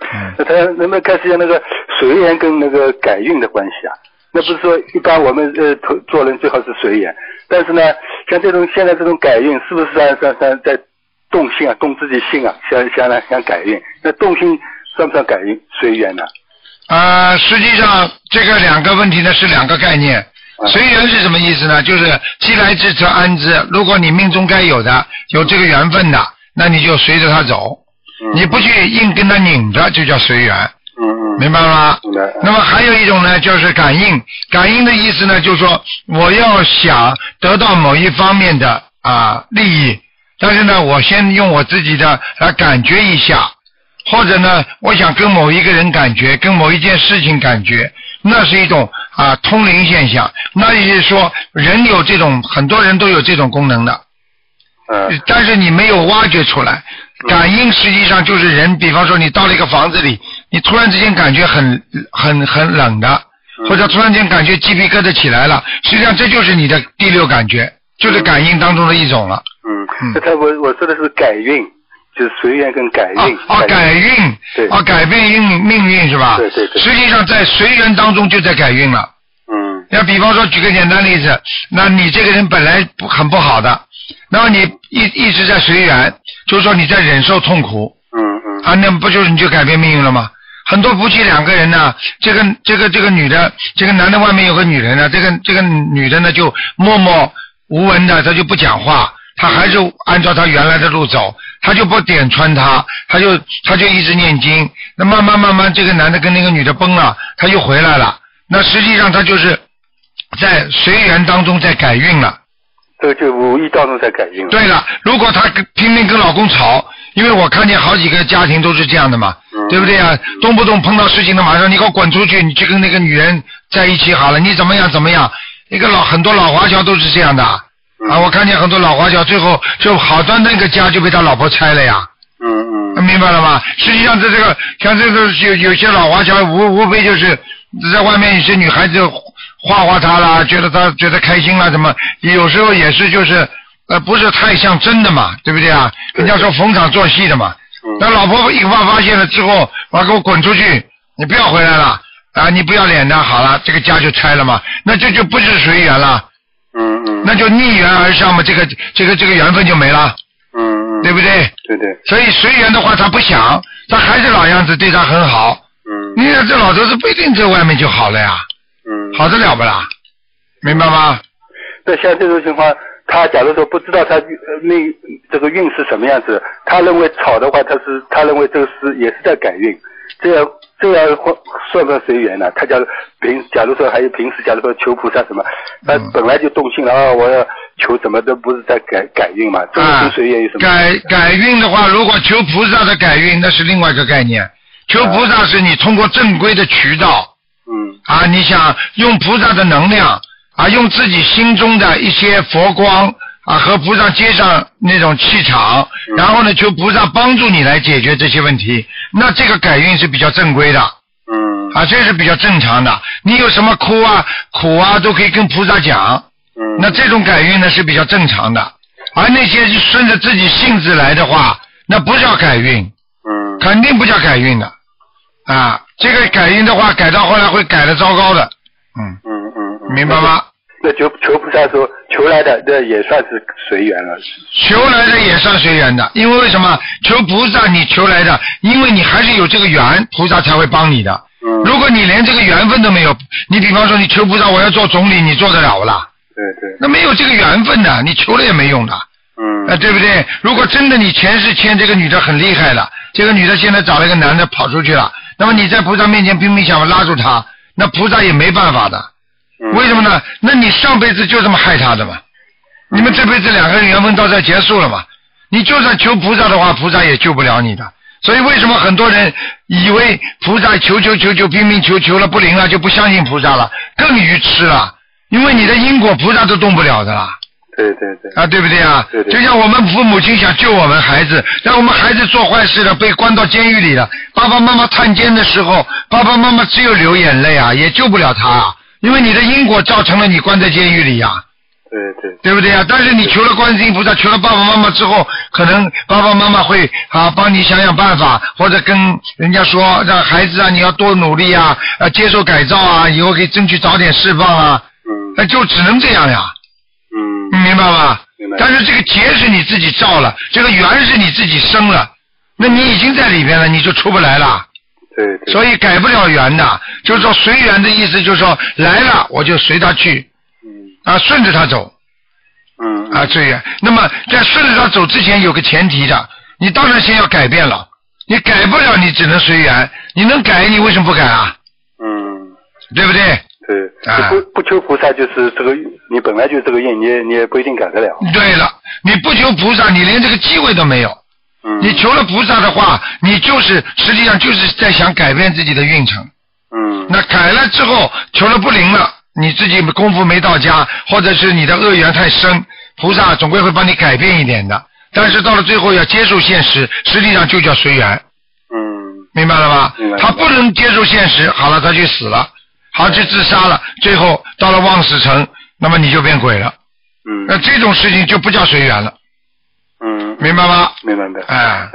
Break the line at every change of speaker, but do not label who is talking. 嗯
那他能不能开始讲那个随缘跟那个感应的关系啊？那不是说一般我们呃做做人最好是随缘，但是呢，像这种现在这种改运，是不是算算算在动心啊，动自己心啊，想想来想改运？那动心算不算改运随缘啊呢、
呃，实际上这个两个问题呢是两个概念。随缘是什么意思呢？就是既来之则安之。如果你命中该有的，有这个缘分的，那你就随着他走，你不去硬跟他拧着，就叫随缘。
嗯嗯，
明白了吗？
明白。
那么还有一种呢，就是感应。感应的意思呢，就是说我要想得到某一方面的啊、利益，但是呢，我先用我自己的来感觉一下，或者呢，我想跟某一个人感觉，跟某一件事情感觉，那是一种啊、通灵现象。那也就是说，人有这种，很多人都有这种功能的。
嗯
但是你没有挖掘出来。感应实际上就是人，比方说你到了一个房子里，你突然之间感觉很很很冷的，
嗯
或者突然间感觉鸡皮疙瘩起来了，实际上这就是你的第六感觉，就是感应当中的一种了。
嗯，那他我我说的是改运，就是随缘跟改运。
啊，改运，
对
啊，改变运命运是吧？
对对对
实际上在随缘当中就在改运了。
嗯
要比方说，举个简单例子，那你这个人本来不很不好的，那么你一一直在随缘，就是说你在忍受痛苦，
嗯嗯
啊，那不就是你就改变命运了吗？很多夫妻两个人呢，这个这个这个女的，这个男的外面有个女人呢，这个这个女的呢就默默无闻的，她就不讲话，她还是按照她原来的路走，她就不点穿她，她就她就一直念经，那慢慢慢慢这个男的跟那个女的崩了，他又回来了，那实际上他就是在随缘当中在改运了。
这个就无意当中在改运了。
对了，如果她跟拼命跟老公吵，因为我看见好几个家庭都是这样的嘛，
嗯
对不对啊？动不动碰到事情了，马上你给我滚出去，你去跟那个女人在一起好了，你怎么样怎么样？一个老很多老华侨都是这样的啊，
嗯
我看见很多老华侨最后就好端端一个家就被他老婆拆了呀。
嗯嗯
明白了吧？实际上，这这个像这个有有些老华侨无无非就是在外面有些女孩子画画他啦，觉得他觉得开心啦，什么有时候也是就是呃不是太像真的嘛，对不对啊？人家说逢场作戏的嘛。
嗯
那老婆一发发现了之后，我给我滚出去，你不要回来了啊！你不要脸的，好了，这个家就拆了嘛，那这就不是随缘了，
嗯嗯
那就逆缘而上嘛，这个这个这个缘分就没了，
嗯嗯，
对不对？
对对，
所以随缘的话，他不想，他还是老样子，对他很好。
嗯
你看这老头子不一定在外面就好了呀，
嗯。
好得了不啦？明白吗？
那像这种情况，他假如说不知道他呃那这个运是什么样子，他认为吵的话，他是他认为这个是也是在改运，这样这样会算不算随缘呢、他假如平假如说还有平时假如说求菩萨什么，他
嗯
本来就动心了啊，我要求什么，这不是在改改运嘛？这个
啊
跟随缘有什，么？
改改运的话，如果求菩萨的改运，那是另外一个概念。求菩萨是你通过正规的渠道
嗯
啊，你想用菩萨的能量啊，用自己心中的一些佛光啊和菩萨接上那种气场，然后呢求菩萨帮助你来解决这些问题，那这个改运是比较正规的。
嗯
啊，这是比较正常的。你有什么哭啊、苦啊，都可以跟菩萨讲。
嗯，
那这种改运呢是比较正常的，而那些顺着自己性子来的话，那不叫改运，
嗯
肯定不叫改运的。啊，这个改运的话，改到后来会改的糟糕的。嗯，
嗯嗯嗯，
明白吗？
那求求菩萨说求来的，这也算是随缘了。
求来的也算随缘的，因为为什么求菩萨你求来的，因为你还是有这个缘，菩萨才会帮你的。
嗯，
如果你连这个缘分都没有，你比方说你求菩萨我要做总理，你做得了不啦？
对对，
那没有这个缘分的，你求了也没用的，啊、
嗯
对不对？如果真的你前世欠这个女的很厉害了，这个女的现在找了一个男的跑出去了，那么你在菩萨面前拼命想要拉住她，那菩萨也没办法的。
嗯
为什么呢？那你上辈子就这么害她的嘛，你们这辈子两个人缘分到这儿结束了嘛？你就算求菩萨的话，菩萨也救不了你的。所以为什么很多人以为菩萨求求求求拼命求求了不灵了就不相信菩萨了，更愚痴了？因为你的因果菩萨都动不了的啦。
对对对，
啊，对不对啊？
对对
就像我们父母亲想救我们孩子，让我们孩子做坏事了，被关到监狱里了。爸爸妈妈探监的时候，爸爸妈妈只有流眼泪啊，也救不了他啊，因为你的因果造成了你关在监狱里呀、
对对
对不对呀、但是你求了观世音菩萨，求了爸爸妈妈之后，可能爸爸妈妈会啊帮你想想办法，或者跟人家说，让孩子啊你要多努力啊，呃、接受改造啊，以后可以争取早点释放啊，
嗯
那就只能这样呀，
嗯
你明白吗？
明白
但是这个结是你自己造了，这个缘是你自己生了，那你已经在里边了，你就出不来了。
对对
所以改不了缘的，就是说随缘的意思，就是说来了我就随他去
嗯
啊，顺着他走
嗯
啊，随缘。那么在顺着他走之前有个前提的，你当然先要改变了，你改不了你只能随缘，你能改你为什么不改啊？
嗯
对不对？
对
啊
不不求菩萨就是这个你本来就这个业你也你也不一定改得了
对了，你不求菩萨，你连这个机会都没有。
嗯
你求了菩萨的话，你就是实际上就是在想改变自己的运程。
嗯
那改了之后，求了不灵了，你自己功夫没到家，或者是你的恶缘太深，菩萨总归会帮你改变一点的。但是到了最后要接受现实，实际上就叫随缘，
嗯
明白了吧
明白？
他不能接受现实，好了，他去死了，好去自杀了，最后到了望死城，那么你就变鬼了。
嗯
那这种事情就不叫随缘了，
嗯
明白吗？
明白明白
哎，